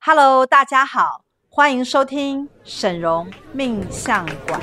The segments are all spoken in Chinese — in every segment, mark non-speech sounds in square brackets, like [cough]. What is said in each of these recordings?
Hello，大家好，欢迎收听沈荣命相馆。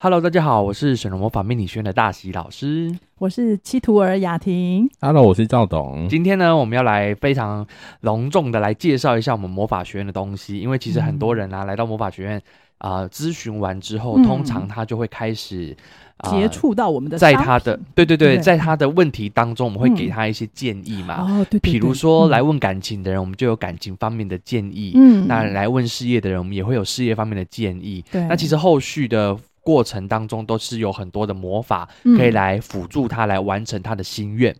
Hello，大家好，我是沈荣魔法命理学院的大喜老师。我是七徒儿雅婷， Hello，我是赵董。今天呢，我们要来非常隆重的来介绍一下我们魔法学院的东西，因为其实很多人啊、来到魔法学院啊、呃咨询完之后，嗯通常他就会开始、啊接，触到我们的在商他的品对对对，对在他的问题当中，我们会给嗯他一些建议嘛。哦，对对对，比如说嗯来，问感情的人，我们就有感情方面的建议；嗯那来问事业的人，我们也会有事业方面的建议。对，那其实后续的过程当中，都是有很多的魔法嗯可以来辅助他来完成他的心愿。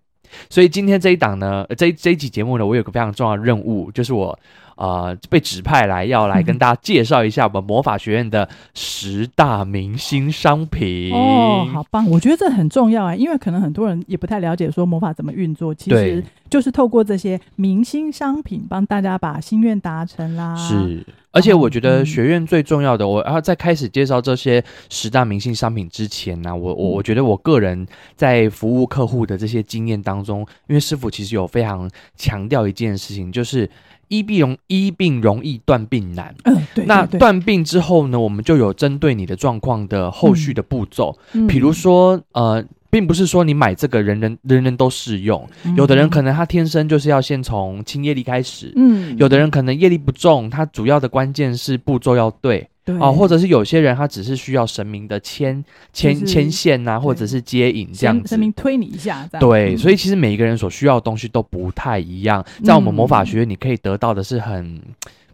所以今天这一档呢，呃这一这一集节目呢，我有个非常重要的任务，就是我呃被指派来要来跟大家介绍一下我们魔法学院的十大明星商品。哦，好棒！我觉得这很重要啊，因为可能很多人也不太了解说魔法怎么运作，其对实就是透过这些明星商品帮大家把心愿达成啦。，是，而且我觉得嗯学院最重要的，我然后在开始介绍这些十大明星商品之前呢、我我嗯我觉得我个人在服务客户的这些经验当中，因为师傅其实有非常强调一件事情，就是医病容医病容易断病难。嗯，对，那对，断病之后呢，我们就有针对你的状况的后嗯续的步骤，对比如，说呃。并不是说你买这个人人人人都适用，嗯有的人可，能他天生就是要先从清业力开始，嗯，有的人可能业力不重，他主要的关键是步骤要对对哦，或者是有些人他只是需要神明的牵牵就是牵线呐、或者是接引这样神子神。明推你一下，这样嗯对，所以以其实每一个人所需要的东西都不太一样，嗯在我们魔法学院，你可以得到的是很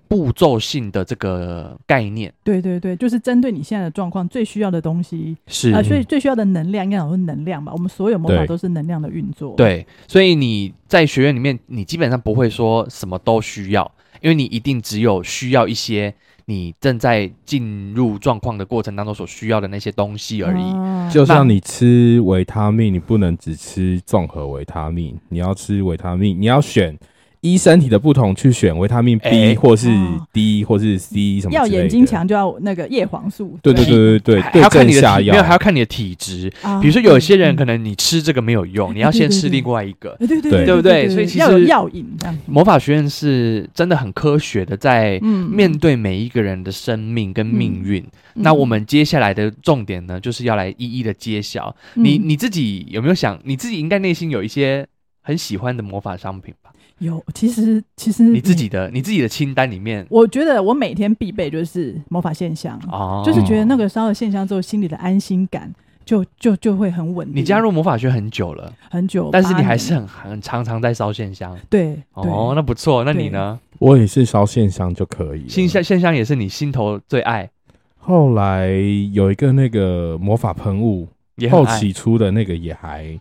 步骤性的这个概念，对对对，就是针对你现在的状况最需要的东西是啊，所以最需要的能量应该讲说能量吧，我们所有魔法对都是能量的运作。对，所以你在学院里面，你基本上不会说什么都需要，因为你一定只有需要一些你正在进入状况的过程当中所需要的那些东西而已。啊就像那你吃维他命，你不能只吃综合维他命，你要吃维他命，你要选依身体的不同去选维他命 B、哎或是哦 D 或是 C 什么要之类的眼睛，强就要那个叶黄素，对对对对还对，还要看对症你的下体，没有还要药。看你的体质。啊比如说，有些人可嗯能你吃这个没有 [laughs] 用，你要对先对吃对另外一个。哎对对对对不对所以其要有实药引这样，魔法学院是真的很科学的，在嗯面对每一个人的生命跟命运。嗯那我们接下来的重点呢，就是要来一一的揭晓。嗯你你自己有没有想，你自己应该内心有一些很喜欢的魔法商品吧？有其实其实你自己，的你自己的清单里面我觉得我每天必备就是魔法现象，哦，就是觉得那个烧了现象之后，心里的安心感就就就会很稳定。你加入魔法学院很久了，很久，但是你还八年是很很常常在烧线香。对哦，，那不错，那你对呢？我也是烧线香就可以了。线香线香也是你心头最爱，后来有一个那个魔法喷雾，也很后爱期出的那个也还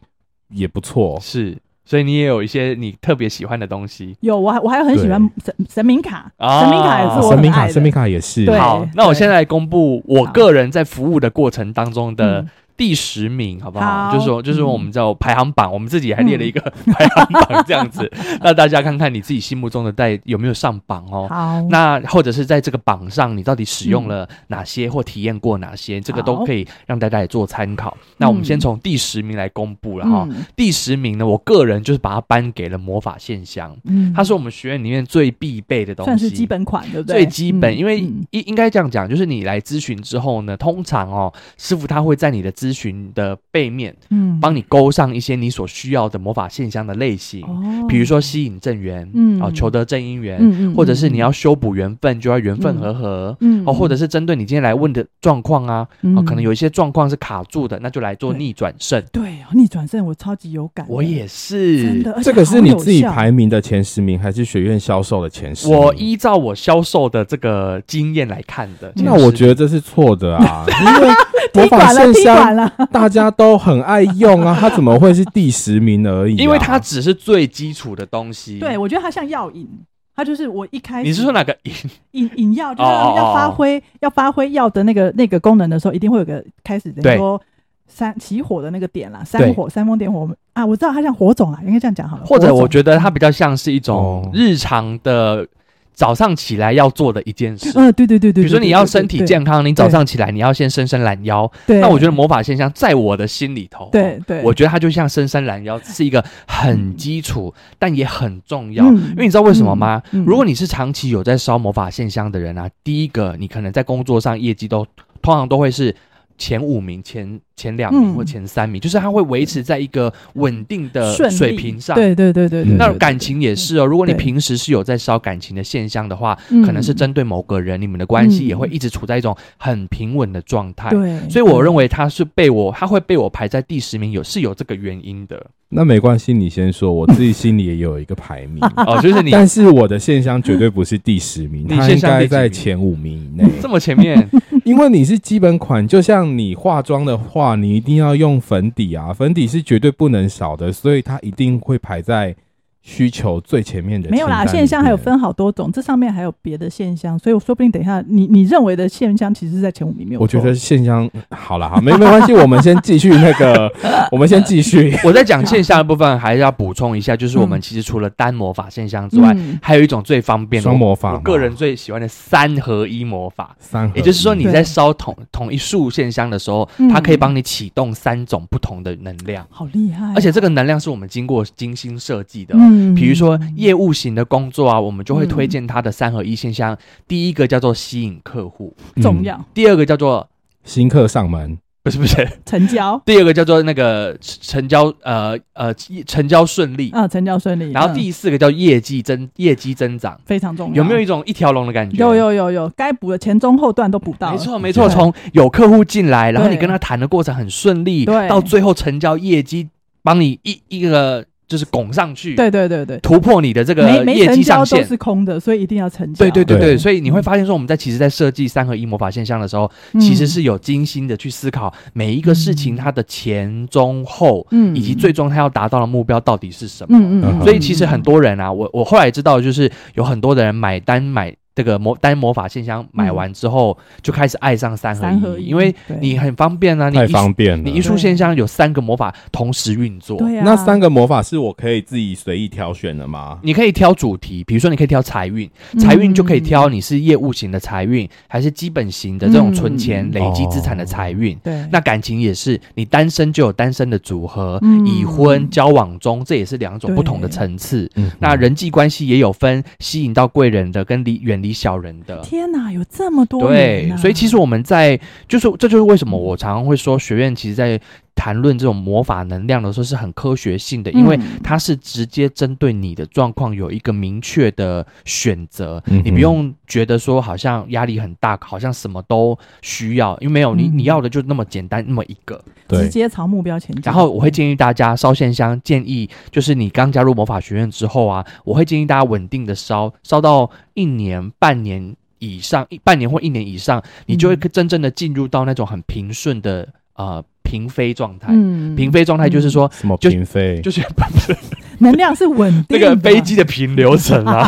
也不错。是，所以你也有一些你特别喜欢的东西。有我还我还有很喜欢神神明卡，啊神明卡也啊是我神很明爱卡，的神明卡也是。对好，那我现在来公布我好个人在服务的过程当中的嗯第十名，好不好？好就是说，就是说嗯我们叫排行榜，我们自己还列了一个 [laughs] 排行榜这样 [laughs] 子，那大家看看你自己心目中的在有没有上榜哦。好嗯那或者是在这个榜上，你到底使用了哪些或体验过哪些，这个都好可以让大家也做参考。那我们先从第十名来公布了哈。嗯第十名呢，我个人就是把它颁给了魔法现象，嗯它是我们学院里面最必备的东西，算是基本款，对不对？最基本，嗯因为嗯应应该这样讲，就是你来咨询之后呢，通常哦，师傅他会在你的咨询的背面嗯帮你勾上一些你所需要的魔法现象的类型，哦比如说吸引正缘，嗯哦，求得正姻缘，嗯嗯或者是嗯你要修补缘分，就要缘分嗯和合。嗯哦，或者是针对你今天来问的状况啊，嗯哦，可能有一些状况是卡住的，那就来做对逆转胜。对逆转胜，我超级有感的，我也真是，的，而且这个是你好有自己效排名的前十名，还是学院销售的前十名？我依照我销售的这个经验来看的。那我觉得得这是错的 [laughs] 啊，因为魔嗯踢法馆了，现踢馆 [laughs] 象了，大家都很爱用啊，它怎么会是第十名而已啊、因为它只是最基础的东西。对，我觉得它像药引，它就是我一开始你是说哪个？ [laughs] 引引药，就是哦哦哦要发挥要发挥药的那个那个功能的时候，一定会有个开始等于对说山起火的那个点啦，山火、煽风点火我们啊，我知道它像火种啦，应该这样讲好了。或者火种我觉得它比较像是一种哦日常的早上起来要做的一件事。嗯，对对对比对，如说你要身体对，健康，你早上起来你要先伸伸懒腰。对对那我觉得魔法现象在我的心里头，对对，我觉得它就像伸伸懒腰是一个很基础但也很重要。嗯因为你知道为什么吗？嗯嗯如果你是长期有在烧魔法现象的人啊，第一个你可能在工作上业绩都通常都会是前五名、前前两名嗯或前三名，就是它会维持在一个稳定的顺利水平上。对对对对对，那对感情也是哦，如果你对平时是有在烧感情的现象的话，嗯可能是针对某个人，你们的关系嗯也会一直处在一种很平稳的状态。对，所以我认为他是被我，他会被我排在第十名，有是有这个原因的那没关系，你先说，我自己心里也有一个 [laughs] 排名，哦，就是你但是我的现象绝对不是第十名，你它现应象第几该在名前五名以内。 [laughs] 这么前面，因为你是基本款，就像你化妆的话，你一定要用粉底啊，粉底是绝对不能少的，所以它一定会排在需求最前面的。没有啦，现象还有。分好多种，这上面还有别的现象，所以我说不定等一下你你认为的现象其实是在前五名，没有我觉错得现象好了，好没没关系，我们先继续那 [laughs] 个，我们先继续。我在讲现象的部分还要补充一下，就是我们嗯其实除了单魔法现象之外，嗯还有一种最方便的双魔法我个人最喜欢的三合一魔法。三合一，也就是说，你对在烧同同一束线香的时候，嗯它可以帮你启动三种不同的能量，好厉害哦，而且这个能量是我们经过精心设计的。嗯比如说业务型的工作啊，我们就会推荐它的三合一现象。第一个叫做吸引客户，重嗯要第二个叫做新客上门，不是不是，成交第二个叫做那个成交呃呃成交顺利，啊，成交顺利，然后嗯第四个叫业绩增业绩增长，非常重要，有没有一种一条龙的感觉？嗯有有有有，该补的前中后段都补到了，没错，没错，对从有客户进来，然后你对跟他谈的过程很顺利，对到最后成交业绩，帮你一一个就是拱上去，，对对对对，突破你的这个没没业成绩交上都限。是空的，所以一定要成交。对对对对，对所以你会发现说，我们在其实，在设计三合一魔法现象的时候，嗯其实是有精心的去思考每一个事情它的前中后，嗯以及最终它要达到的目标到底是什么。嗯嗯，嗯所以其实很多人啊，我我后来知道，就是有很多的人买单买这个魔单魔法线香，买完之后就开始爱上三合一，嗯三合一因为你很方便啊，你太一方便了。你一束线香有三个魔法同时运作，对啊，那三个魔法是我可以自己随意挑选的吗？你可以挑主题，比如说你可以挑财运，嗯财运就可以挑你是业务型的财运，还是基本型的这种存钱嗯哦累积资产的财运。对，那感情也是，你单身就有单身的组合，嗯已婚、交往中，这也是两种不同的对层次。嗯，那人际关系也有分吸引到贵人的跟离远离小人的。天哪，有这么多对年嗯啊，所以其实我们在就是这就是为什么我常常会说学院其实在谈论这种魔法能量的时候是很科学性的，因为嗯它是直接针对你的状况有一个明确的选择，嗯哼你不用觉得说好像压力很大，好像什么都需要，因为没有你嗯你要的就那么简单那么一个。直对，接朝目标前进。然后我会建议大家烧线香，建议就是你刚加入魔法学院之后啊，我会建议大家稳定的烧，烧到一年、半年以上，一半年或一年以上，你就会嗯真正的进入到那种很平顺的呃平飞状态。嗯平飞状态就是说，什么就嫔妃？就是 [laughs] 能量是稳定那的，个飞 [laughs] 机 [laughs] 的平流层啊，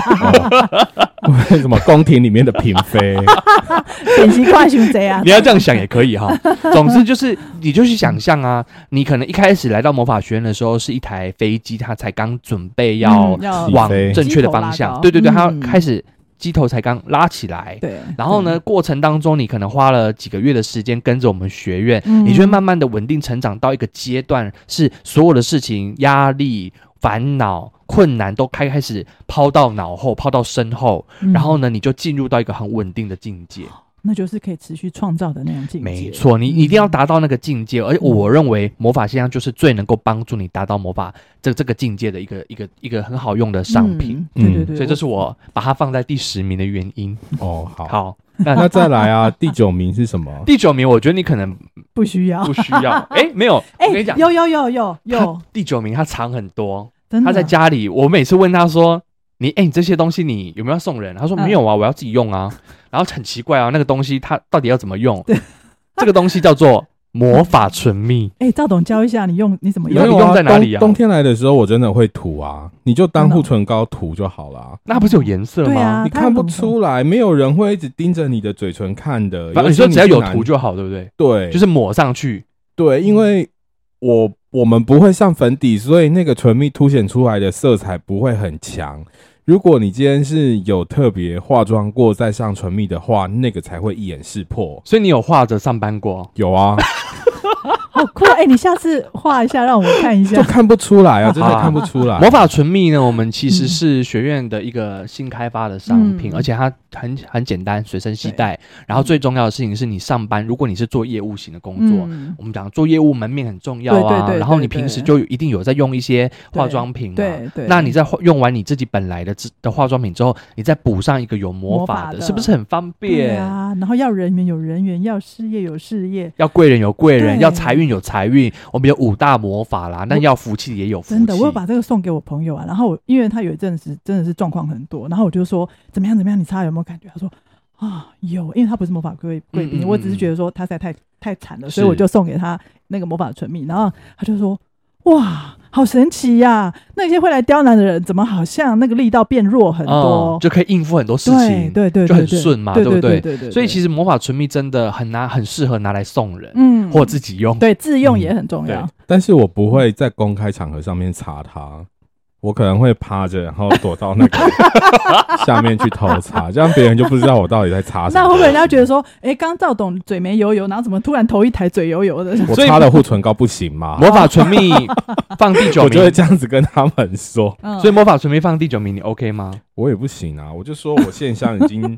哦为什么宫廷里面的嫔 [laughs] 妃？典型快熊贼啊你，要这样想也可以 [laughs] 哈。总之就是，你就去想象啊，你可能一开始来到魔法学院的时候是一台飞机，它才刚准备要嗯要往飞正确的方机头拉向。高对对对，它嗯开始机头才刚拉起来。对，嗯然后呢，过程当中你可能花了几个月的时间跟着我们学院，你就会嗯慢慢的稳定成长到一个阶段，是所有的事情、压力、烦恼、困难都开开始抛到脑后、抛到身后，对， [laughs] 然后嗯呢，你就进入到一个很稳定的境界。那就是可以持续创造的那种境界，没错，你嗯你一定要达到那个境界，而且我认为魔法现象就是最能够帮助你达到魔法这这个境界的一个一个一个很好用的商品。，嗯对对嗯对，所以这是我把它放在第十名的原因。哦，好，好，那再来啊，第九名是什么？ [laughs] 第九名我觉得你可能不需要。不需要。 [laughs] 哎、没有，哎我跟你讲，有有有有有他，第九名他藏很多，真的他在家里，我每次问他说。你哎、你这些东西你有没有要送人？他说嗯没有啊，我要自己用 [laughs] 啊。然后很奇怪啊，那个东西它到底要怎么用？这个东西叫做魔法唇蜜。哎，赵董教一下，你用你怎么有用？你用在哪里啊冬冬天来的时候，我真的会涂啊，你就当哦护唇膏涂就好了。那它不是有颜色对吗？啊你看不出来，没有人会一直盯着你的嘴唇看的。反尤你其说只要有是男图就好，对不对？对，就是抹上去，对，因为我我们不会上粉底，所以那个唇蜜凸显出来的色彩不会很强。如果你今天是有特别化妆过再上唇蜜的话，那个才会一眼识破。所以你有画着上班过？有啊，好酷啊！哎、你下次画一下让我看一 [laughs] 下就。看不出来啊，真的看不出来。魔法唇蜜呢？我们其实嗯是学院的一个新开发的商品，嗯而且它很很简单，随身携带。然后最重要的事情是你上班，如果你是做业务型的工作，嗯，我们讲做业务门面很重要啊。对对对然后对你对平时就一定有在用一些化妆品嘛。对对。那你在化用完你自己本来的自的化妆品之后，你再补上一个有魔魔法法的，的是不是很方对便？啊，然后要人缘有人缘，要事业有事业，要贵人有贵人，对要财运有财运。我们有五大魔法啦，那我要福气也有福气。真的，我有把这个送给我朋友啊。然后我因为他有一阵子真的是状况很多，然后我就说怎么样怎么样，你擦有没有感觉？他说啊有，因为他不是魔法贵贵嗯宾，嗯嗯我只是觉得说他实在太太惨了，是所以我就送给他那个魔法唇蜜。然后他就说哇，好神奇呀、那些会来刁难的人，怎么好像那个力道变弱很多？嗯就可以应付很多事对情。对对，就很对顺嘛对对不对对对对。所以其实实魔法唇蜜真的很拿，很适合拿来送人、嗯或自己用。对自用也很重要嗯。但是我不会在公开场合上面擦它，我可能会趴着，然后躲到 [laughs] 那个下面去偷擦，这样别人就不知道我到底在擦什那会不么。会人家觉得说，哎，刚赵董嘴没油油，然后怎么突然头一抬嘴油 [laughs] 油的？我所以擦的护唇膏不行吗？魔法唇蜜放第 [laughs] 九我就会名，这样子跟他们说，嗯所以魔法唇蜜放第九名，你 OK 吗？我也不行啊，我就说我线上已 [laughs] 经。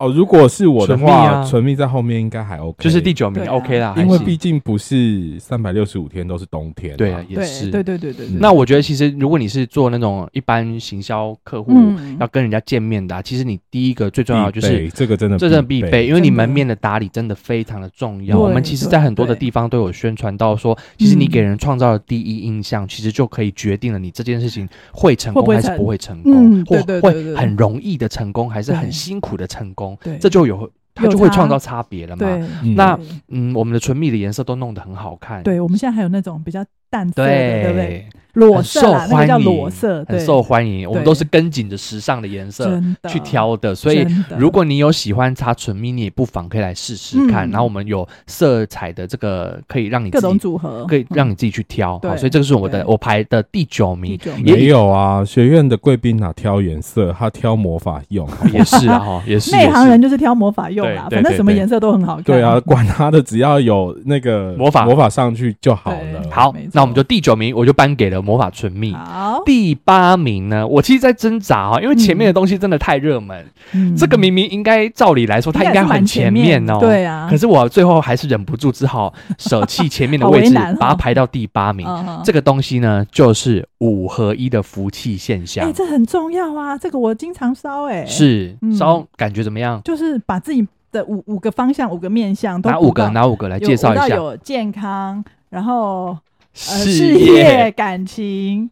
哦，如果是我的唇蜜啊话，唇蜜在后面应该还 OK，就是第九名、对啊 OK 啦，因为还行毕竟不是三百六十五天都是冬天、对啊，，也对是。对对对对对。那我觉得其实如果你是做那种一般行销客户、嗯要跟人家见面的、啊，其实你第一个最重要的啊就必是备这个真的这真的必备，备。因为你真的门面的打理真的非常的重要。对嗯我们其实，在很多的地方都有宣传到说，其实你给人创造的第一印象，其实就可以决定了你这件事情会成功会不会还是成不会成功，嗯或对对对对会对很容易的成功还是很对辛苦的成功，对这就有它有就会差创造差别了嘛。对嗯那嗯，我们的唇蜜的颜色都弄得很好看，对，我们现在还有那种比较淡色的，对不对？对，裸色啦很，受那欢个叫迎裸色，对很，受欢迎。我们对都是跟紧着时尚的颜色真的去，挑的，所以真的如果你有喜欢擦唇蜜，你也不妨可以来试试看。嗯然后我们有色彩的这个，可以让你各自种己组合嗯可以让你自己去挑。对好，所以这个是我的对我排的第九嗯第名，九也名没有啊，学院的贵宾哪挑颜色，他挑魔法 [laughs] 用。也是啊，哈，也是内行人也就是挑魔法用啦，对对反正什么对对颜色都很好看。对啊，，管他的，只要有那个魔法魔法上去就好了。对是好没错，那我们就第九名我就颁给了魔法唇蜜。好，第八名呢，我其实在挣扎哦哈，因为前面的东西真的太热门，嗯这个明明应该照理来说它应该是蛮很前面哦，对啊，可是我最后还是忍不住，只好舍弃前面的好为位置，难哦把它排到第八名。嗯这个东西呢，就是五合一的福气现象，哎，这很重要啊，这个我经常烧哎，是嗯稍感觉怎么样？就是把自己的五五个方向、五个面向都拿五个，顾到拿五个来介绍有一顾到下。有健康，然后呃事业、感情、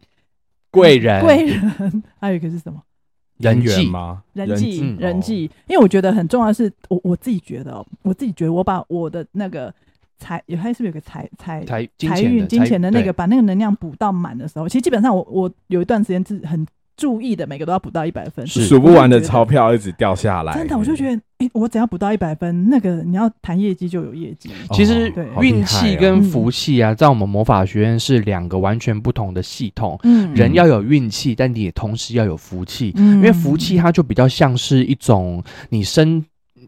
贵人、贵人，还有一个是什么？人缘际，吗？哦人际嗯，人际，因为我觉得很重要的是，我我自己觉得哦，我自己觉得我把我的那个财，有它是不是有个财财财金财钱的运、金钱的那个，对把那个能量补到满的时候，其实基本上我我有一段时间是很注意的，每个都要补到一百分，是数不完的钞票一直掉下来，真的，我就觉得，哎、我只要补到一百分，那个你要谈业绩就有业绩，哦其实对好运气跟嗯福气啊，在我们魔法学院是两个完全不同的系统。嗯人要有运气，但你也同时要有福气。嗯因为福气它就比较像是一种你身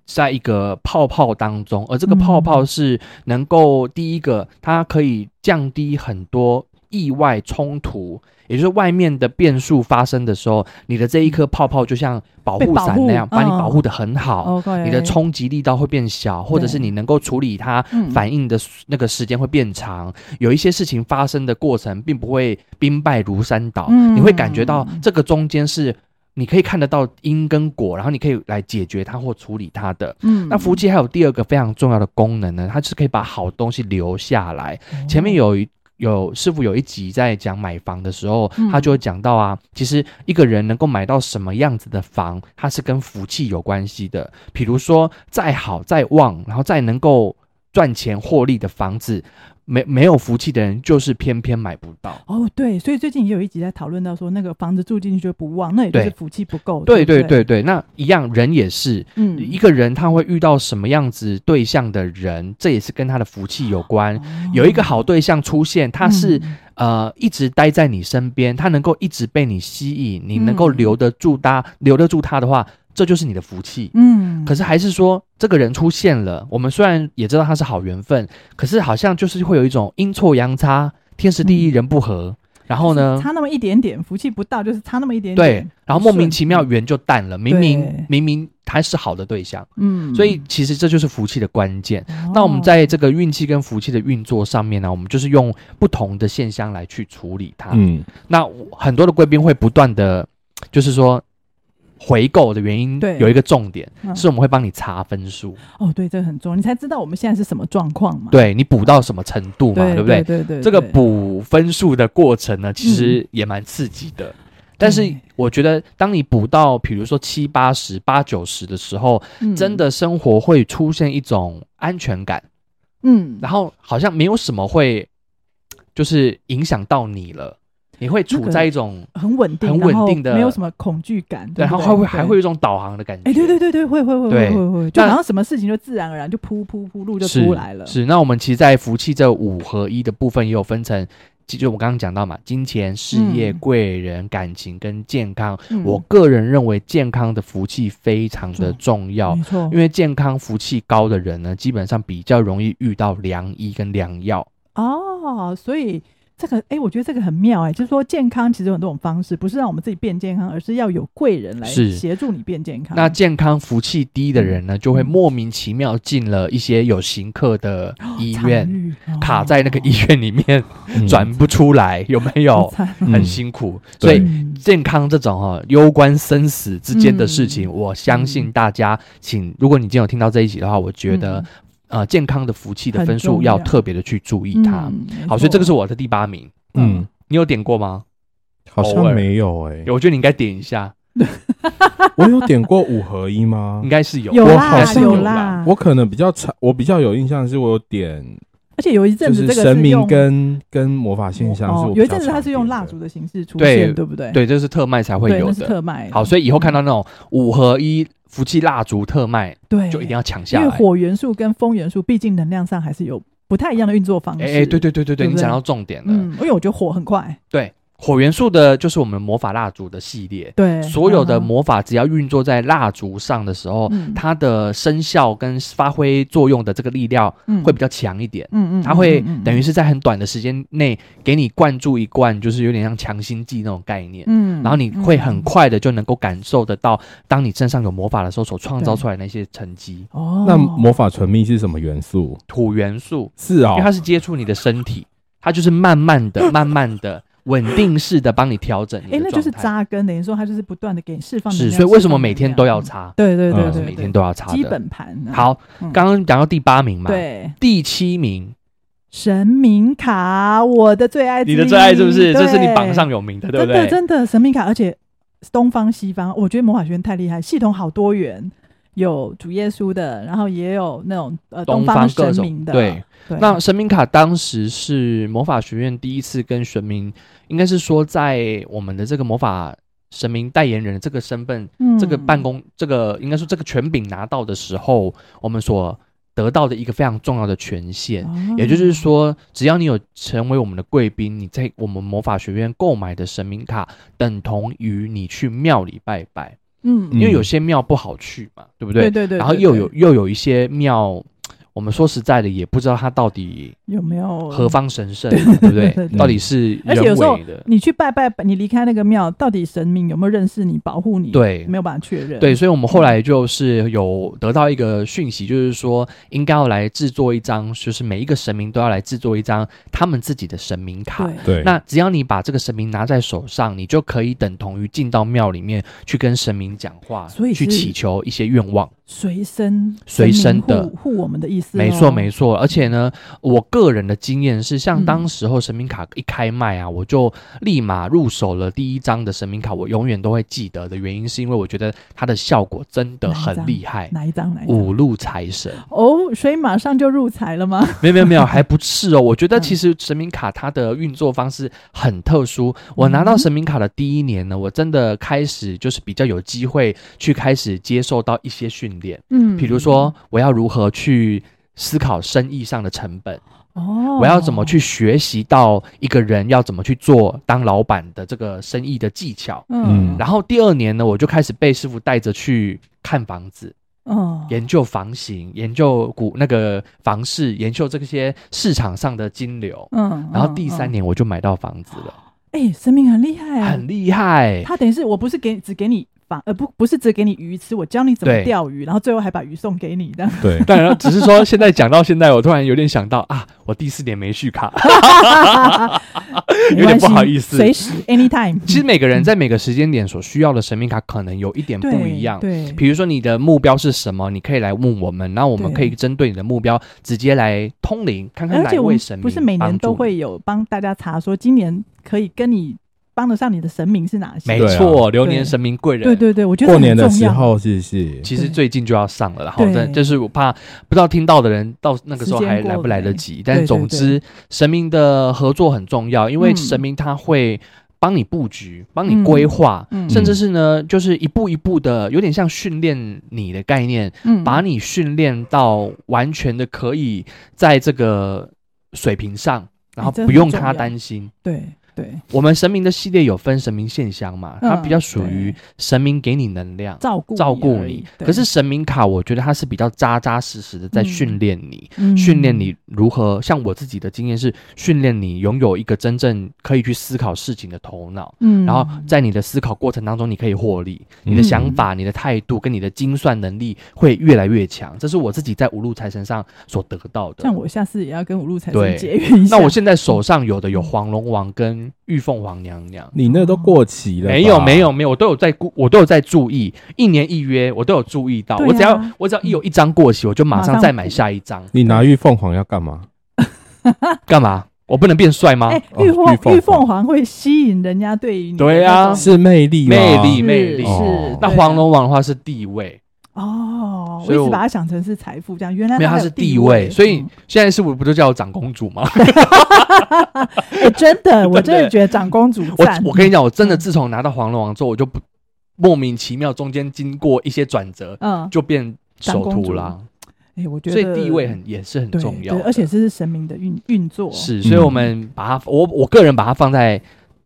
在一个泡泡当中，而这个泡泡是能够第一个，它可以降低很多意外冲突，也就是外面的变数发生的时候，你的这一颗泡泡就像保护伞那样，被保护把你嗯保护的很好。 ，OK，你的冲击力道会变小，或者是你能够处理它嗯反应的那个时间会变长。有一些事情发生的过程，并不会兵败如山倒，嗯你会感觉到这个中间是你可以看得到因跟果，然后你可以来解决它或处理它的。嗯那福气还有第二个非常重要的功能呢，它是可以把好东西留下来。前面有一有师傅有一集在讲买房的时候，嗯他就会讲到啊，其实一个人能够买到什么样子的房，它是跟福气有关系的。比如说，再好再旺，然后再能够赚钱获利的房子，没没有福气的人，就是偏偏买不到。哦，对，所以最近也有一集在讨论到说，那个房子住进去就不旺，那也就是对福气不够。对哦对对不对，对，那一样人也是，嗯，一个人他会遇到什么样子对象的人，这也是跟他的福气有关。哦有一个好对象出现，他是、嗯呃一直待在你身边，他能够一直被你吸引，你能够嗯留得住他，留得住他的话，这就是你的福气。嗯，可是还是说这个人出现了，我们虽然也知道他是好缘分，可是好像就是会有一种阴错阳差，天时地利嗯人不和，然后就是呢，差那么一点点，福气不到，就是差那么一点对点。，然后不莫名顺其妙缘就淡了，明明对明明他是好的对象，嗯，所以其实这就是福气的关键。哦那我们在这个运气跟福气的运作上面呢，我们就是用不同的现象来去处理它。嗯，那我很多的贵宾会不断的，就是说回购的原因，对有一个重点、嗯是我们会帮你查分数，哦，对，这个很重要，你才知道我们现在是什么状况嘛。对你补到什么程度嘛，对不对？对对，这个对嗯补分数的过程呢，其实也蛮刺激的。但是我觉得，当你补到比如说七八十、八九十的时候，真，的生活会出现一种安全感，嗯嗯，然后好像没有什么会就是影响到你了，你会那处个在一种、很稳定，很然稳后定的没有什么恐惧感，对，对然不后对还会还会。有对一种导航的感觉。哎，对对对对，会会会对会会会，就那好像什么事情就自然而然就扑扑扑路就是出来了。是，那我们其实，在福气这五合一的部分，也有分成，就就我刚刚讲到嘛，金钱、事业、嗯贵人、感情跟健康。嗯我个人认为，健康的福气非常的重要，没错，因为健康福气高的人呢，基本上比较容易遇到良医跟良药。哦，所以这个，哎，我觉得这个很妙，哎，就是说健康其实有很多种方式，不是让我们自己变健康，而是要有贵人来是协助你变健康。那健康福气低的人呢，就嗯会莫名其妙进了一些有行客的医场院，域卡在那个医院里面 [laughs] 嗯转不出来，有没哦好有？惨很嗯辛苦，所对以嗯健康这种哈、攸关生死之间的事情，嗯我相信大家，请如果你今天有听到这一集的话，我觉得、嗯呃健康的福气的很分数重要要特别的去注意它。嗯没好，所以这个是错我的第八名，嗯，你有点过吗？好偶尔像没有哎、嗯我觉得你应该点一下，我有点过五合一吗 [laughs] 应？该是有。有我好啦像有啦，我可能比较常，我比较有印象是我有点而且有一阵就子这是个神明用跟跟魔法现象是哦我，有一比较阵子它常是用点蜡的烛的形式出对现，对不对？对，这是特卖才会哎对，有那是的。特卖的。好，所以以后看到那种五合一福气蜡烛特卖，对，就一定要抢哎因下为来。火元素跟风元素，毕竟能量上还是有不太一样的运作方式。哎哎，对，对对对对，对不你讲对到重点了。嗯，因为我觉得火很快，对，火元素的就是我们魔法蜡烛的系列，对，所有的嗯魔法只要运作在蜡烛上的时候，嗯它的生效跟发挥作用的这个力量嗯会比较强一点。嗯嗯，它会嗯嗯嗯等于是在很短的时间内给你灌注一罐，就是有点像强心剂那种概念，嗯，然后你会很嗯快的就能够感受得到，当你身上有魔法的时候所创造出来的那些成绩。哦，那魔法唇蜜是什么元素？土元素，是哦因为，它是接触你的身体，它就是慢慢 [laughs] 的、慢慢的、稳定式的帮你调整你的哎，那状态。就是扎根，等于说它就是不断的给你释放能是，量。所以为释什么放每能天量都要？擦？对对对嗯对，每对天都要擦的。基本盘啊。好，嗯刚刚讲到第八名嘛，，对，第七名，神明卡，我的最爱之一，你的最爱是不是？这是你对榜上有名的，对不真的对？真的神明卡，而且东方西方，我觉得魔法学院太厉害，系统好多元，有主耶稣的，然后也有那种呃东方方各神种明的。对，对，那神明卡当时是魔法学院第一次跟神明，应该是说在我们的这个魔法神明代言人的这个身份，嗯这个办公，这个应该说这个权柄拿到的时候，我们所得到的一个非常重要的权限。哦也就是说，只要你有成为我们的贵宾，你在我们魔法学院购买的神明卡，等同于你去庙里拜拜，嗯，因为嗯有些庙不好去嘛，对不对对？对对，然后对又对有又有一些庙，我们说实在的，也不知道它到底有没有何？方神 [laughs] 圣，对不对哦对？对到底是而人且有时候为的，你去拜拜，你离开那个庙，到底神明有没有认识你、保护你？，对。没有办法确认。对，所以我们后来就是有得到一个讯息，就是说应该要来制作一张，就是每一个神明都要来制作一张他们自己的神明卡。对，对，那只要你把这个神明拿在手上，你就可以等同于进到庙里面去跟神明讲话，所以去是祈求一些愿望。随身随身神明的护护我们的意思咯。没错，没错。而且呢，我个个人的经验是，像嗯当时候神明卡一开卖啊，我就立马入手了第一张的神明卡，我永远都会记得的原因，是因为我觉得它的效果真的很厉害。哪一张哪一张？五路财神，哦，所以马上就入财了吗？ [laughs] 没有没有没有，还不是哦。我觉得嗯其实神明卡它的运作方式很特殊。我拿到神明卡的第一年呢，我真的开始就是比较有机会去开始接受到一些训练，[laughs] 嗯比如说我要如何去思考生意上的成本，哦，我要怎么去学习到一个人要怎么去做当老板的这个生意的技巧。嗯，嗯然后第二年呢，我就开始被师傅带着去看房子，嗯研究房型，研究股那个房市，研究这些市场上的金流。嗯，然后第三嗯，年我就买到房子了，哎、神明很厉害、啊，很厉 [laughs] 害。他等于是我不是给只给你房，呃不不是只给你鱼吃，我教你怎么对钓鱼，然后最后还把鱼送给你的。 [laughs] 对，当然，只是说现在讲到现在，我突然有点想到啊，我第四年没续 [laughs] 卡。[laughs] 没有点关不系好意思随时 anytime。其实每个人在每个时间点所需要的神明卡可能有一点对不一样。对，比如说你的目标是什么，你可以来问我们，然后我们对可以针对你的目标直接来通灵，看看而哪且一我位们神明不是每年帮助都你。会有帮大家查说今年可以跟你帮得上你的神明是哪些？没对啊错，流年对神明贵人。对对对，我觉得过很年的重时要候谢谢。其实对最近就要上了，然后对但就是我怕不知道听到的人到那个时候时间还过来不来得没及。但对总之，神明的合作很重要，因为嗯神明他会帮你布局、帮你嗯规划，嗯甚至是呢，就是一步一步的，有点像训练你的概念，嗯把你训练到完全的可以在这个水平上，然后哎这不用很重他要担心。对对我们神明的系列有分神明现象嘛，它比较属于嗯对神明给你能量。照顾照顾而已你。对可是神明卡，我觉得它是比较扎扎实实的在嗯训练你，嗯训练你如何。像我自己的经验是，训练你拥有一个真正可以去思考事情的头脑。嗯，然后在你的思考过程当中，你可以获利，你的嗯想法、你的态度跟你的精算能力会越来越强。这是我自己在五路财神上所得到的像。我下次也要跟五路财对神结缘一那下。嗯啊我现在手上有的有黄龙王跟玉凤凰娘娘，你那都过期了吧，没有没有没有，我都有在顾，我都有在注意，一年一约，我都有注意到。对啊我只要我只要一有一张过期，我就马马上上再买下一张。你拿玉凤凰要干嘛？干嘛？我不能变帅吗？哎，哦玉玉凤凤玉凰凤凰会吸引人家对于你对啊啊，是魅力吗，魅力是魅力哦是。那对啊黄龙王的话是地位，哦，所以我一直我把它想成是财富这样，原来没有它它还有是地地位，所以嗯现在是我不就叫我长公主吗？哎真的， [laughs] 我真真的的觉得长公主我赞。我跟你讲，我真的嗯自从拿到黄龙王之后，我就不莫名其妙中间经过一些转折，嗯，就变首长公徒主啦。哎，我觉所得以地位很也是很对重要对的，而且这是嗯神明的运运作。是，所以我们把它，我我个人把它放在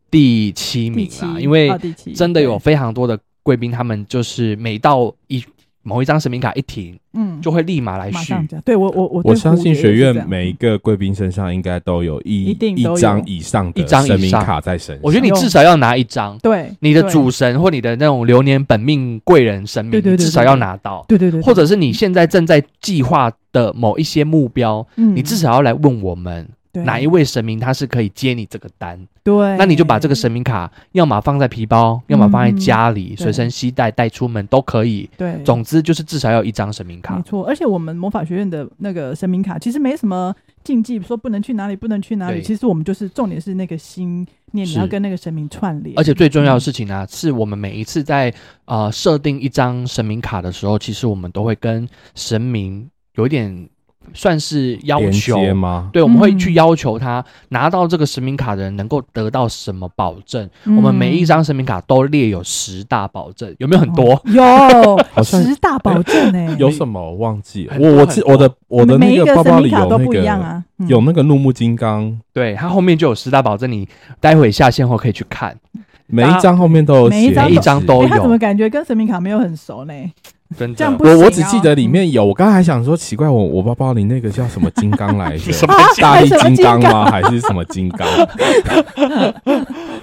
第七第名七啦，因为哦第七真的有对非常多的贵宾，他们就是每到一某一张神明卡一停，嗯，就会立马来马续。上讲。对我我我我对相蝴蝶信也学是这院样每一个贵宾身上应该都有一一定都有张以上一的张以神明上卡在身上。我觉得你至少要拿一张，对你的对主神或你的那种流年本命贵人神明，对对你对至少要拿到，对对对，或者是你现在正在计划的某一些目标，你你至少要来问我们哪一位神明他是可以接你这个单，对，嗯那你就把这个神明卡要么放在皮包，要么放在家里对随身携带带出门都可以。对总之就是至少要有一张神明卡没。错，而且我们魔法学院的那个神明卡其实没什么禁忌，说不能去哪里，不能去哪对里。其实我们就是重点是那个心念，你是要跟那个神明串联。而且最重要的事情呢、啊是我们每一次在呃设定一张神明卡的时候，其实我们都会跟神明有一点算是要连求，接吗？对，我们会去嗯要求他拿到这个神明卡的人能够得到什么保证。嗯我们每一张神明卡都列有十大保证，有没有很多？ [laughs] 哦有像十大保证哎，有什么我忘记了？很多我我很记多我的我 [laughs] 的每那一包包神里明卡有都那不一样个啊，嗯有那个怒目金刚，对，他后面就有十大保证，你待会下线后可以去看，每一张后面都有写，每一张每一张都哎他怎么有。感觉跟神明卡没有很熟呢？真的这样不我我只行哦记得里面有，我刚才还想说奇怪，我我包包里那个叫什么金刚来 [laughs] 着？什么大力金刚什么金吗？还 [laughs] 是什么金刚？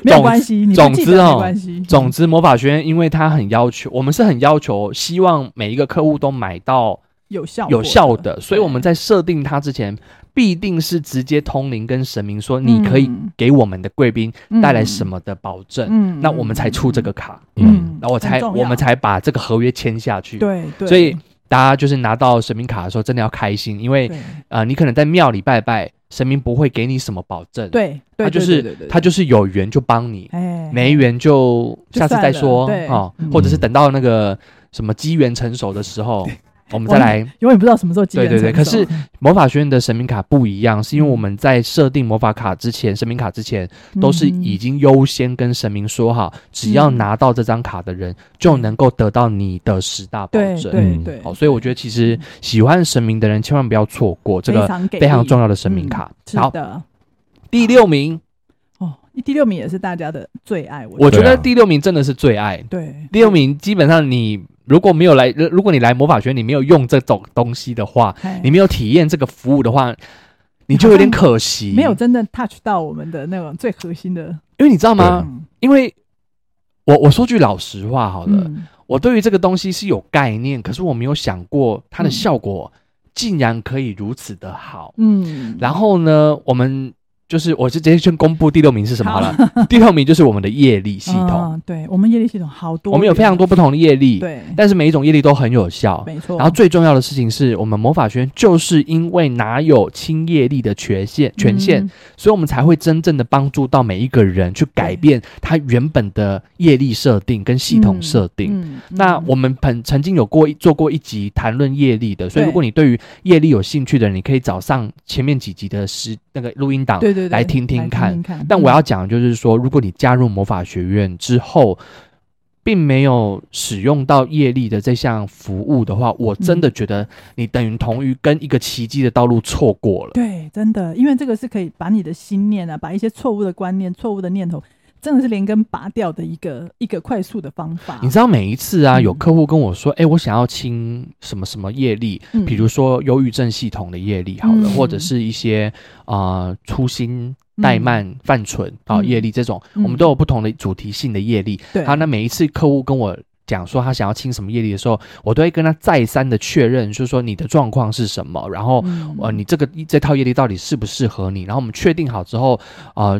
没有关系，你总不记之得哦没关系。总之，魔法学院因为它很要求，我们是很要求，希望每一个客户都买到有效有果效的，所以我们对在设定它之前，必定是直接通灵跟神明说，你可以嗯给我们的贵宾带来什么？么的保证，嗯那我们才出这个卡，嗯，然后我才很重我要们才把这个合约签下去。，对对，所以大家就是拿到神明卡的时候，真的要开心，因为对呃，你可能在庙里拜拜，神明不会给你什么保证，，对，对他就对对对是对他就是有缘就帮你，哎没缘就就下次再说算了对哦嗯，或者是等到那个什么机缘成熟的时候，我们再来。永远不知道什么时候机对缘对对，可成是熟魔法学院的神明卡不一样，是因为嗯我们在设定魔法卡之前，神明卡之前都是已经优先跟神明说好，只要拿到这张卡的人就能够得到你的十大保嗯对证。对嗯对，好，所以我觉得其实喜欢神明的人千万不要错过这个常非常重要要的神明卡。是好，的，第六名，哦，第六名也是大家的最爱，我我觉觉得得对啊第六名真的是最爱。对第六名基本上你如果没有来，如如果你来魔法学院，你没有用这种东西的话，嗨你没有体验这个服务的话，你就有点可惜。没有真的 touch 到我们的那种最核心的因为你知道吗？嗯因为我我说句老实话好了，嗯我对于这个东西是有概念，可是我没有想过它的嗯效果竟然可以如此的好。嗯，然后呢，我们就是我就直接先公布第六名是什么好了。 [laughs] 第六名就是我们的业力系统，嗯，对我们业力系统好多元，我们有非常多不同的业力，对，但是每一种业力都很有效。没错。然后最重要的事情是我们魔法学院就是因为哪有清业力的权限权限，嗯所以我们才会真正的帮助到每一个人去改变他原本的业力设定跟系统设定。嗯嗯那我们本曾经有过一做过一集谈论业力的，所以对如果你对于业力有兴趣的人，你可以找上前面几集的时那个录音档。对对对来听听看来听看但我要讲的就是说，如果你加入魔法学院之后，并没有使用到业力的这项服务的话，我真嗯的觉得你等于同于跟一个奇迹的道路错过了。对，真的，因为这个是可以把你的心念啊，把一些错误的观念、错误的念头，真的是连根拔掉的一个一个快速的方法。你知道每一次啊，嗯有客户跟我说：“哎、我想要清什么什么业力，嗯比如说忧郁症系统的业力好了，嗯或者是一些啊粗心、怠，慢、犯蠢啊、嗯业力这种，嗯我们都有不同的主题性的业力。对好，那每一次客户跟我讲说他想要清什么业力的时候，我都会跟他再三的确认，就是说你的状况是什么，然后、嗯呃你这个这套业力到底适不适合你，然后我们确定好之后，呃。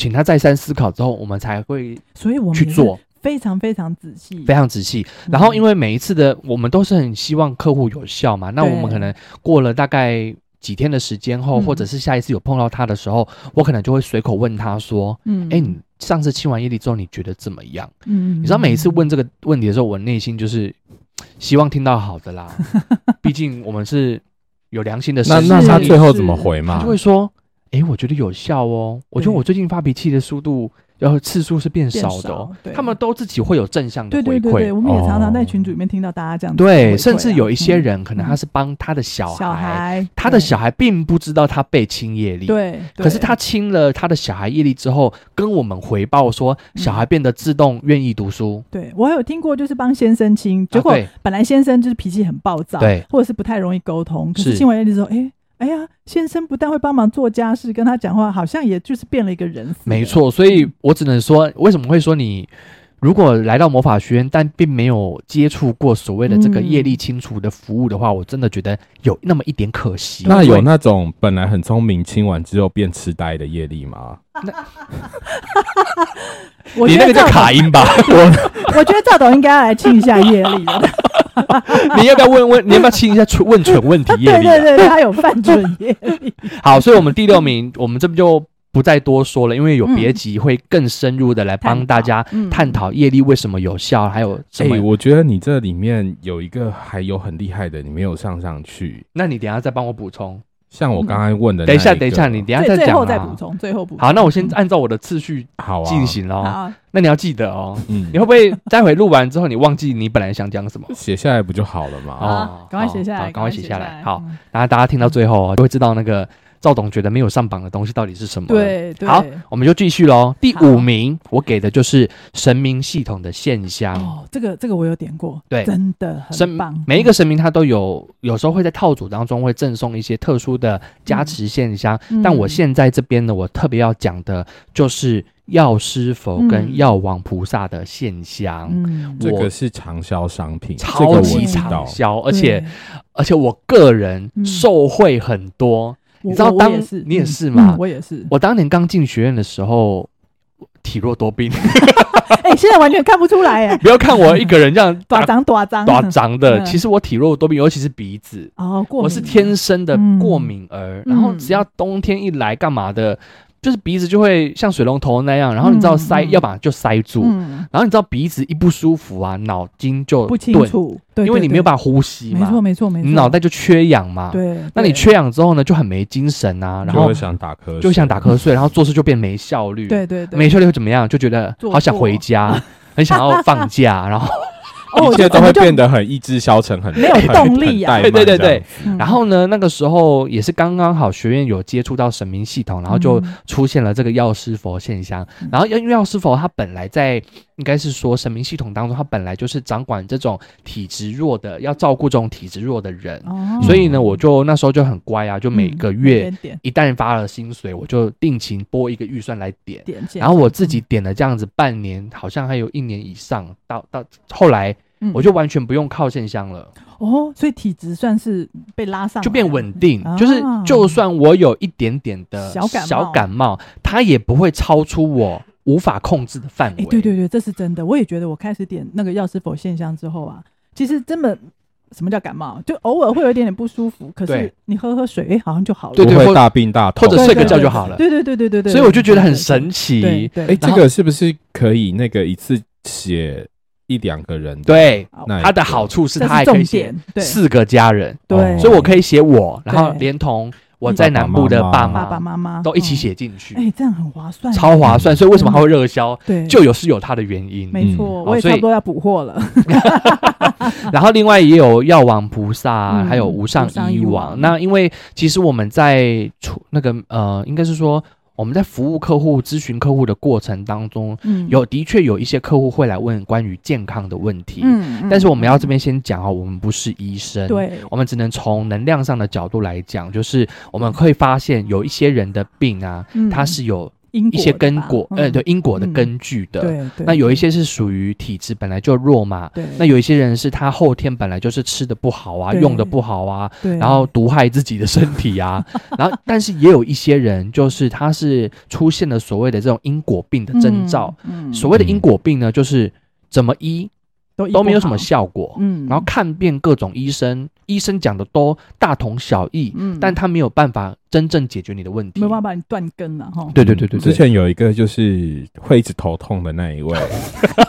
请他再三思考之后，我们才会所以我们去也是做非常非常仔细，嗯非常仔细。然后，因为为每一次的我们都是很希望客户有效嘛，那我们对可能过了大概几天的时间后，嗯或者是下一次有碰到他的时候，我可能就会随口问他说嗯：“哎、你上次清完业力之后，你觉得怎么样？”嗯你知道每一次问这个问题的时候，我内心就是希望听到好的 [laughs] 啦，毕竟我们是有良心的那绅士，那他你最后怎么回嘛他就？会说：“哎、我觉得有效哦，我觉得对我最近发脾气的速度。”然后次数是变变少的、哦少，对他们都自己会有正向的对回对馈。对对，我们也常常在哦群组里面听到大家这样子的回馈啊，对，甚至有一些嗯人可能他是帮他的小孩，小孩，他的对小孩并不知道他被亲业力，，对，可是对他亲了他的小孩业力之后，跟我们回报说嗯小孩变得自动愿意读书，对我有听过，就是帮先生亲，结果啊对本来先生就是脾气很暴躁，对，或者是不太容易沟通，可是是亲完业力之后，哎。哎呀，先生不但会帮忙做家事，跟他讲话，好像也就是变了一个人似的。嗯没错，所以我只能说，为什么会说你如果来到魔法学院，但并没有接触过所谓的这个嗯业力清除的服务的话，我真的觉得有那么一点可惜。那有因为那种本来很聪明，亲完之后变痴呆的业力吗？我你觉那得个叫赵卡音吧？我董， [laughs] 我觉得赵董应该要来亲一下业 [laughs] 力了。你要不要问问？你要不要亲一下蠢问蠢问题业 [laughs] 对力、啊？对对对，他有犯准业 [laughs] 力。好，所以我们第六名，我们这边就不再多说了，因为有别集会更深入的来帮大家嗯探讨业力为什么有效，还有什哎、么。我觉得你这里面有一个还有很厉害的，你没有上上去。那你等一下再帮我补充。像我刚才问的那嗯等一下，个等一下，你等一下最再最讲后再补啊。充，最后补充。好，那我先按照我的次序好啊，进行好哦。啊，那你要记得哦。嗯你，会不 [laughs] 会待会录完之后，你忘记你本来想讲什么？写下来不就好了好吗？哦好，赶快好写下好来，赶快写写下来好嗯然后大家听到最后哦，就会知道那个赵董觉得没有上榜的东西到底是什么。，对对，好我们就继续喽。第好五名，我给的就是神明系统的现象。哦，这个这个我有点过，对真的神很棒。每一个神明他都有，有时候会在套组当中会赠送一些特殊的加持现象。嗯但我现在这边呢，我特别要讲的就是药师佛跟嗯药王菩萨的现象。嗯这我个是畅销商品，这个超我级知畅道。销，而且对而且我个人嗯受惠很多。我你知道我当我也是你也嗯是嘛嗯我也是，我当年刚进学院的时候，体弱多病， [laughs] 哎、现在完全看不出来哎，不要看我一个人这样短张短张短长的，嗯其实我体弱多病，尤其是鼻子，哦，过敏我是天生的嗯过敏儿，然后嗯只要冬天一来干嘛的，就是鼻子就会像水龙头那样，然后你知道嗯塞，嗯要么就塞住，嗯，然后你知道鼻子一不舒服啊，脑筋就不清钝，楚，对，因为你没有把办法呼吸没错嘛，没错没错，你脑袋就缺氧嘛。对，那你对缺氧之后呢，就很没精神啊，然就后会想打瞌睡，就想打瞌睡，然后做事就变没效率。对对对，没效率会怎么样？就觉得做好想回作家， [laughs] 很想要放假，然后哦，我一就切都我会们就变得很意志消沉，很没有动力啊呀。对对对对对， [laughs] 嗯然后呢，那个时候也是刚刚好学院有接触到神明系统，然后就嗯出现了这个药师佛现象。然后因为药师佛他本来在应该是说神明系统当中，他本来就是掌管这种体质弱的，要照顾这种体质弱的人。哦所以呢，我就那时候就很乖啊，就每个月嗯点一旦发了薪水，我就定期拨一个预算来点。点点，然后我自己点了这样子半年，好像还有一年以上，到到后来嗯我就完全不用靠线香了，哦，所以体质算是被拉上来了，就变稳定。啊就是就算我有一点点的小感冒小感冒，它也不会超出我无法控制的范哎、围。对对对，这是真的。我也觉得，我开始点那个药师佛现象之后啊，其实真的，什么叫感冒？就偶尔会有一点点不舒服，可是对你喝喝水，哎、好像就好了。对不对会或大病大或痛，者睡个觉对对就好了。对对对对对对所以我就觉得很神。奇。对对对，哎，这个是不是可以那个一次写一两个人？，对，好那它的好处是这它是还可以重写点。对，四个家人，哦对，所以我可以写我，然后对连同我你在爸爸南部的妈爸妈妈爸爸妈妈啊都一起嗯写进去。哎、这样很划算，超划算，所以为什么它会热销，对，就有是有它的原因。没错、嗯我哦也所以差不多要补货了。 [laughs] 然后另外也有药王菩萨啊，嗯还有无上无上医医王。王那因为其实我们在出那个呃，应该是说我们在服务客户、咨询客户的过程当中，嗯，有的确有一些客户会来问关于健康的问题。嗯，嗯但是我们要这边哦先讲哦，我们不是医生，，对，我们只能从能量上的角度来讲，就是我们会发现有一些人的病啊，嗯它是有因一些的根吧果，嗯呃，对因果的嗯根据的。对对，那有一些是属于体质本来就弱嘛，对，那有一些人是他后天本来就是吃的不好啊，对用的不好啊，对，然后毒害自己的身体 [laughs] 啊，然后但是也有一些人就是他是出现了所谓的这种因果病的征兆。嗯，嗯嗯所谓的因果病呢，就是怎么医都都没有什效。么效果，嗯，然后看遍各种医生，医生讲的都大同小异，嗯但他没有办法真正解决你的问题没有。办法把你断根啊了哈。对对对对之对，前有一个就是会一直头痛的那一位， [laughs]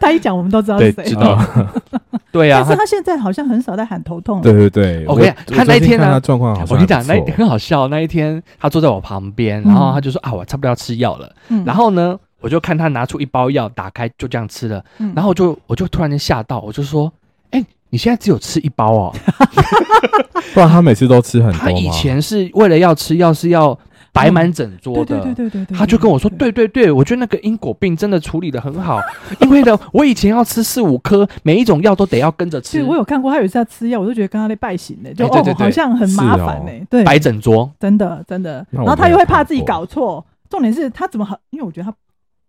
他一讲我们都知道是对，谁，知道，哦对啊，但是他他现在好像很少在喊头痛了。 [laughs] 对对对。我跟你讲他那一天呢呢，他状况好我像跟你讲，那还一不错很好笑。那一天他坐在我旁边，嗯然后他就说、啊，我差不多要吃药了。嗯，然后呢，我就看他拿出一包药，打开就这样吃了。嗯然后我就我就突然间吓到，我就说，哎、你现在只有吃一包哦？不然他每次都吃很多他吗以前是为了要吃药是要摆满整桌嗯对的。对对对对对，他就跟我说：“对对对，我觉得那个因果病真的处理的很好，因为呢，我以前要吃四五颗，每一种药都得要跟着对，吃我，有看过，他有一次他吃药，我就觉得跟他在拜行呢，就哎对对哦，对哦好像很麻烦呢，对，摆整桌。真的真的。那然我后他又会怕自己没有看搞错，重点是他怎么很，因为我觉得他。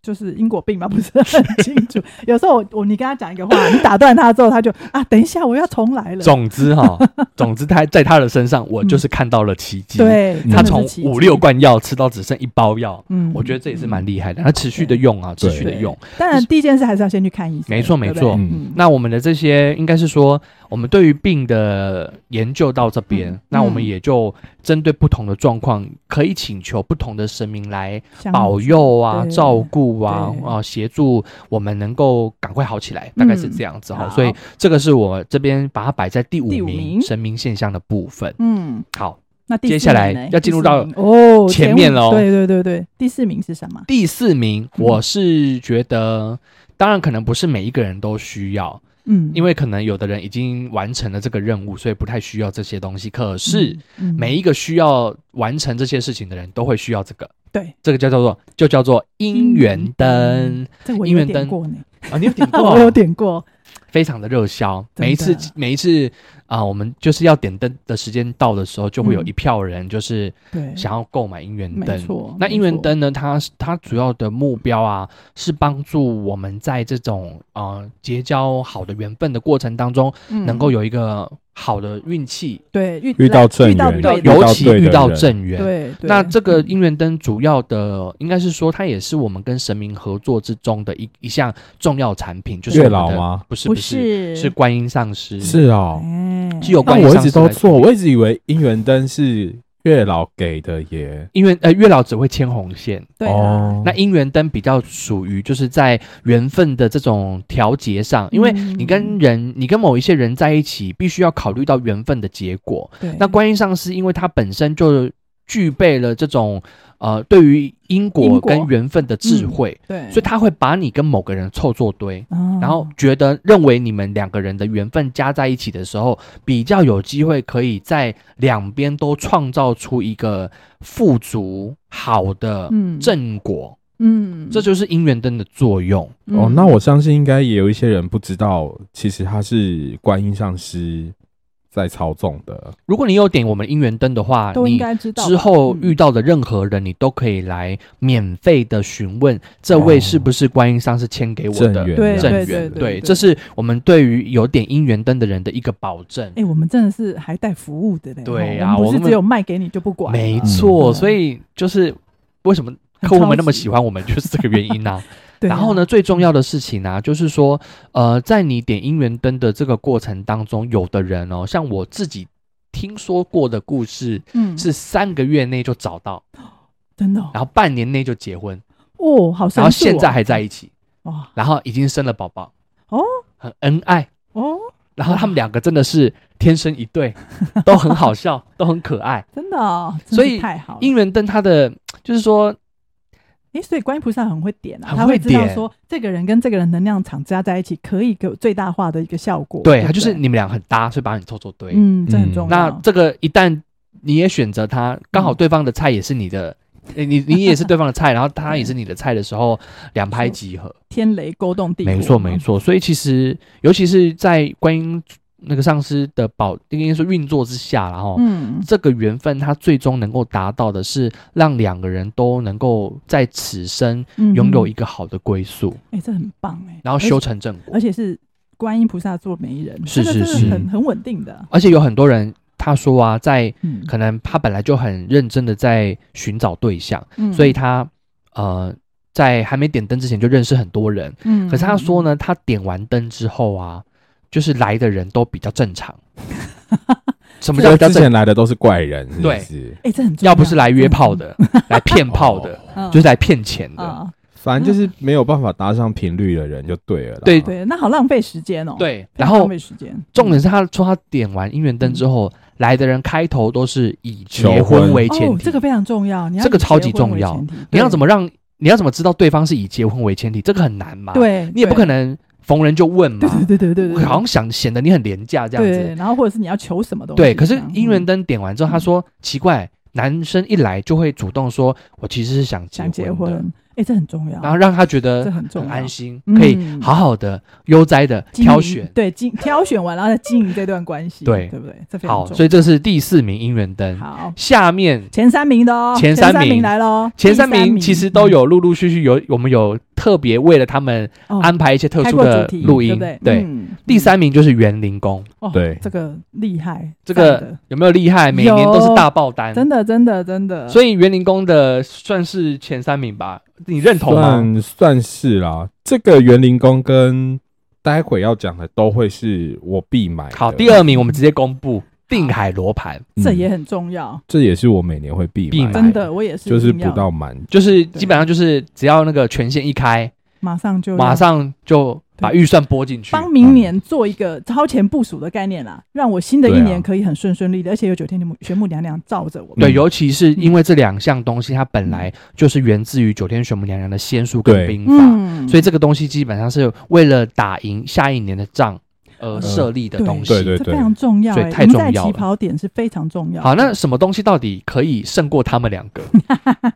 就是因果病嘛，不是很清 [laughs] 楚。有时候我我你跟他讲一个话，你打断他之后，他就啊，等一下我要重来了。总之 [laughs] 哈、总之他在他的身上，我就是看到了奇迹。对，嗯他真的是从奇迹五六，罐药吃到只剩一包药，嗯我觉得这也是蛮厉害的。他持续的用啊，持对续的对用。当然，第一件事还是要先去看医生。没错对不没对错嗯，那我们的这些应该是说，我们对于病的研究到这边，嗯那我们也就针对不同的状况，可以请求不同的神明来像保佑啊、嗯对照顾啊、对嗯啊协助我们能够赶快好起来，大概是这样子哈、好所以这个是我这边把它摆在第五第五名名神明现象的部分。嗯，好，那第接四下来名呢要进入到第四名哦前五面喽对对对对，第四名是什么？第四名，嗯我是觉得，当然可能不是每一个人都需要，嗯，因为为可能有的人已经完成了这个任务，所以不太需要这些东西。可是嗯每一个需要完成这些事情的人都会需要这个，对这个叫叫做就叫做姻缘灯这我姻有缘点灯过呢，啊，你有点过嗯 [laughs] 我有点过，非常的热销。真的每一次每一次啊、我们就是要点灯的时间到的时候，就会有一票人就是嗯对，想要购买姻缘没灯。错那没姻缘错灯呢？它它主要的目标啊，是帮助我啊们在这种呃结交好的缘分的过程当中，嗯能够有一个好的运气，对，遇遇到正遇到缘对的尤其对的遇到人正缘。对，对嗯那这个姻缘灯主要的，应该是说它也是我们跟神明合作之中的一一项重要产品，就是月我们老的？吗？不是不是是是观音上师，是哦，哎是有但观音我一上直师都来错，我一直以为姻缘灯是月老给的耶。因为呃月老只会牵红线，对啊，哦，那姻缘灯比较属于就是在缘分的这种调节上，因为嗯你跟人，你跟某一些人在一起，必须要考虑到缘分的结果。对那观音上师，因为他本身就具备了这种呃对于因果因果跟缘分的智慧，对，所以他会把你跟某个人凑作堆。嗯然后觉得认为你们两个人的缘分加在一起的时候，比较有机会可以在两边都创造出一个富足好的嗯正果，嗯，这就是姻缘灯的作用。哦，嗯那我相信应该也有一些人不知道，其实他是观音上师在操纵的。如果你有点我们姻缘灯的话，都应你该知道吧之后遇嗯到的任何人，你都可以来免费的询问这位是不是观音上是签给我哦正的缘对啊正对缘。对对，这是我们对于有点姻缘灯的人的一个保证。哎，我们真的是还带服务的嘞，对呀啊，我们我不是们只有卖给你就不管，没嗯错，嗯所以就是为什么客户们那么喜欢我们， [laughs] 就是这个原因啊。 [laughs] 对啊然后呢，，最重要的事情呢、啊就是说，呃，在你点姻缘灯的这个过程当中，有的人哦，像我自己听说过的故事，嗯，是三个月内就找到，真的哦然后半年内就结婚，哦，好神然后速现在哦还在一起，哇然后已经生了宝宝，哦，很恩爱。哦，然后他们两个真的是天生一 [laughs] 对，都很好笑，都很可爱。真的哦，真所是以太好了，姻缘灯它的就是说哎，所以观音菩萨很会点啊，很他会会知道点说这个人跟这个人能量场加在一起，可以给我最大化的一个效果。对，不他就是你们俩很搭，所以把你凑凑对。嗯，这很重要。那这个一旦你也选择他，刚好对方的菜也是你的，嗯呃你你也是对方的 [laughs] 菜，然后他也是你的菜的时候，两拍即合。天雷勾动地，没错没。错，所以其实尤其是在观音那个上师的保，应该说运作之下，然后。嗯，这个缘分，它最终能够达到的是让两个人都能够在此生嗯拥有一，个好的归宿，哎，这很棒哎。然后修成正果。而且，而且是观音菩萨做媒人，是这个是是真的很很稳定的。而且有很多人他说啊，在嗯，可能他本来就很认真的在寻找对象，嗯所以，他呃在还没点灯之前就认识很多人。嗯可是他说，呢，他点完灯之后啊，就是来的人都比较正 [laughs] 常。什么所叫以比较之正？前来的都是怪人，是不对是？哦哎，这很重要不是来约炮，的， [laughs] 来骗炮的，嗯就是来骗钱的。嗯啊，反正就是没有办法搭上频率的人就对了啦。对对，那好浪费时间哦。，对，然后浪费时间。重点是他说他点完姻缘灯之后，来的人开头都是以求结婚婚为前嗯哦，提。这个非常重要，你要这个以超结级婚重为要前提你要对怎么让你要怎么知道对方是以结婚为前提？这个很难嘛。，对，你也不对可能逢人就问嘛。 [laughs] 对对对对对，好像想显得你很廉价这样对，子。然后或者是你要求什么东西这对，样？可是姻缘嗯灯点完之后，他说奇怪，男生一来就会主动说，我其实是想结想结婚的，婚，哎，这很重要，然后让他觉这得很重很要，安心，嗯可以好好的悠哉的经挑营选。对，经挑选完，然后再经营这段关系，对对不对？这非常好，重所以这是第四名姻缘要灯。好下面前三名的哦，前三三名来喽，前第三三嗯名其实都有陆陆续续有，我们有特别为了他们哦安排一些特开殊过的主题录对音不。对，嗯第三名就是园林工，哦，对这个厉害，这个嗯赞的有没有厉害？每年都是大爆单，真的真的真的，所以园林工的算是前三名吧，你认同吗？算算是啦、这个园林工跟待会要讲的都会是我必买的。好，第二名我们直接公布定海罗盘，嗯这也很重要，这也是我每年会必必买，买真的我也是一定就要，是不到满。就是基本上就是只要那个权限一开，马上就马要上就把预算拨进去。啊帮明年做一个超前部署的概念啦，让我新的一对啊年可以很顺顺利利，而且有九天的母玄母娘娘罩着我们。对，嗯尤其是因为这两项东西，它本来就是源自于九天玄母娘娘的仙术跟对兵嗯法，啊所以这个东西基本上是为了打赢下一年的仗而设立的对东西。对对这非常重要、所欸，以太重要赢在了起跑点是非常重要的。好，那什么东西到底可以胜过他们两 [laughs] 个？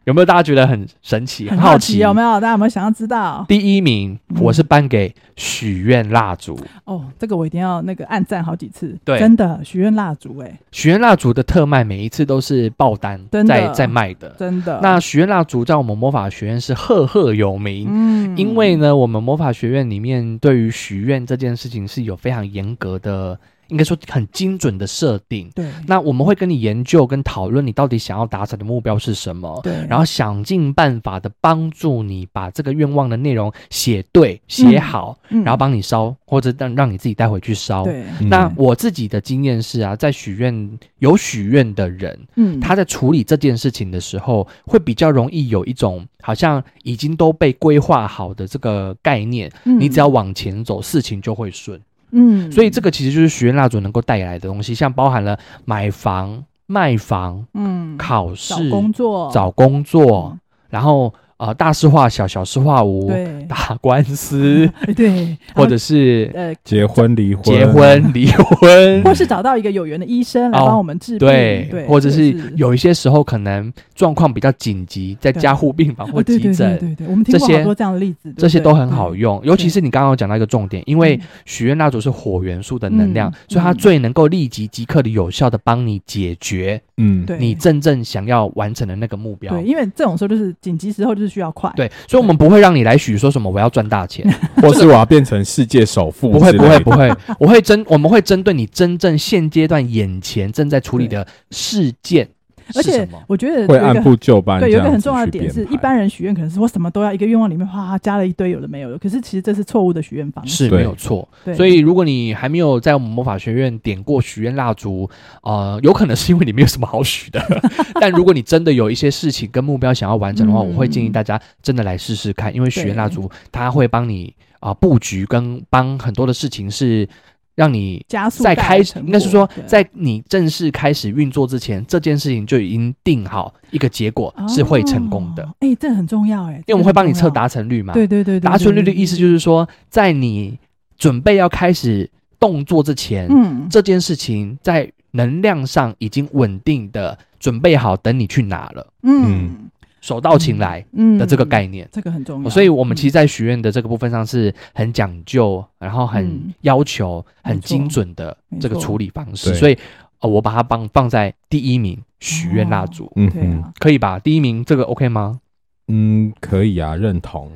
有没有大家觉得很神奇、很好好奇啊有没有？大家有没有想要知道？第一名我嗯是颁给许愿蜡烛，哦，这个我一定要那个暗赞好几次。对真的许愿蜡烛，哎，许愿蜡烛的特卖每一次都是爆单真的在在卖的。真的。那许愿蜡烛在我们魔法学院是赫赫有名，嗯因为呢，我们魔法学院里面对于许愿这件事情是有非常严格的，应应该说很精准的设定。对那我们会跟你研究跟讨论你到底想要达成的目标是什么，对，然后想尽办法的帮助你把这个愿望的内容写对、写好，嗯然后帮你烧，或者让让你自己带回去烧。对，嗯那我自己的经验是啊，在许愿有许愿的人，嗯，他在处理这件事情的时候，会比较容易有一种好像已经都被规划好的这个概念，嗯你只要往前走，事情就会顺。嗯，所以这个其实就是许愿蜡烛能够带来的东西，像包含了买房、卖房、嗯，考找试、工作找工作，嗯然后呃大事化小，小事化无，对 [laughs] 打官司，对，或者然后是呃，结婚、离婚、结婚、离婚，或是找到一个有缘的医生来哦帮我们治病，对，对，或者这是个是有一些时候可能状况比较紧急，在对加护病房哦或对急对诊，对对对，我们听这过些好多这样的例子，对不这些对都很好。用。尤其是你刚刚有讲到一个重点，因为嗯许愿蜡烛是火元素的能量，嗯所以它嗯最能够立即即刻的有效的帮你解决嗯，对你真正想要完成的那个目标。对，因为这种时候就是紧急时候，就是需要快。对，所以我们不会让你来许说什么我要赚大 [laughs] 钱，或是我要变成世界首富不会之不类会的不会，我会针我们会针对你真正现阶段眼前正在处理的事件而是且什么。我觉得会有一个按部就班这对，有一样子去编排。个很重要的点是，一般人许愿可能是我什么都要一个愿望里面哗加了一堆有的没有的，可是其实这是错误的许愿方式。是对没有错，对，所以如果你还没有在我们魔法学院点过许愿蜡烛，呃，有可能是因为你没有什么好许的。 [laughs] 但如果你真的有一些事情跟目标想要完成的话，嗯我会建议大家真的来试试看，因为许愿蜡对烛它会帮你啊、布局跟帮很多的事情是让你加速在带来开成应该是果说对在你正式开始运作之前，这件事情就已经定好一个结果是会成功的，哦哎，这很重要哎，因为我们会帮你测哦啊这很达成率嘛。重要。对对对，对，达成率的意思就是是说，在你准备要开始动作之前，嗯，这件事情在能量上已经稳定的准备好，等你去拿了，嗯手到擒来嗯的这个概念。这个很重哦要。嗯所以，我们其实，实在许愿的这个部分上是很讲究，然后很嗯要求、很没错精准的这个没错处理方式。对所以，呃，我把它放放在第一名，许愿蜡烛，嗯对哼啊，可以吧？第一名这个 OK 吗？嗯，可以啊，认同。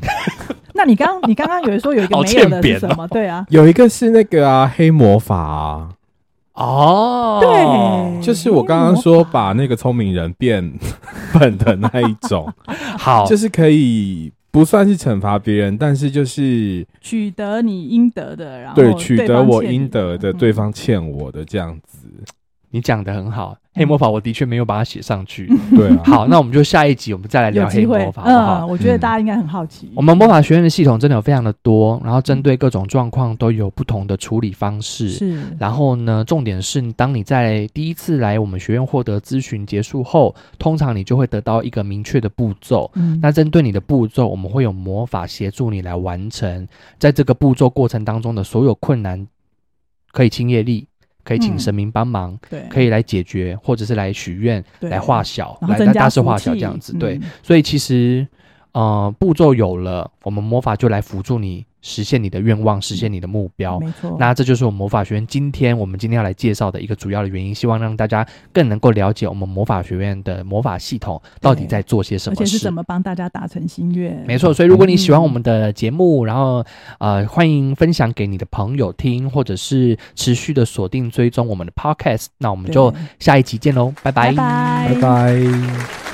那你刚 [laughs] 你刚刚有说有一个好没有欠的扁是哦什么？对啊，有一个是那个啊，黑魔法啊，哦，对，就是我刚刚说把那个聪明人 [laughs] 变笨的那一 [laughs] 种，好，就是可以不算是惩罚别人，但是就是取得你应得的，然后对取得哦方我欠应你得的，嗯对方欠我的这样子。你讲的很嗯好，黑魔法我的确没有把它写上去。对啊，好，那我们就下一集我们再来有聊黑机会魔，法，好不好？嗯，我觉得嗯大家应该很好奇。我们魔法学院的系统真的有非常的多，然后针对各种状况都有不同的处理方式。是然后呢，重点是，当你在第一次来我们学院获得咨询结束后，通常你就会得到一个明确的步骤。嗯那针对你的步骤，我们会有魔法协助你来完成。在这个步骤过程当中的所有困难，可以请业力，可以请嗯神明帮忙，对可以来解决，或者是来许愿、对来化小、然后来增来加大事福化小这气样子。对嗯，所以其实呃步骤有了，我们魔法就来辅助你实现你的愿望，实现你的目标。没错。那这就是我们魔法学院今天我们今天要来介绍的一个主要的原因，希望让大家更能够了解我们魔法学院的魔法系统到底对在做些什而么且是事怎。么帮大家达成心愿？没错，所以如果你喜欢嗯我们的节目，然后呃，欢迎分享给你的朋友听，或者是持续的锁定追踪我们的 podcast，那我们对，就下一集见喽，拜拜拜拜拜。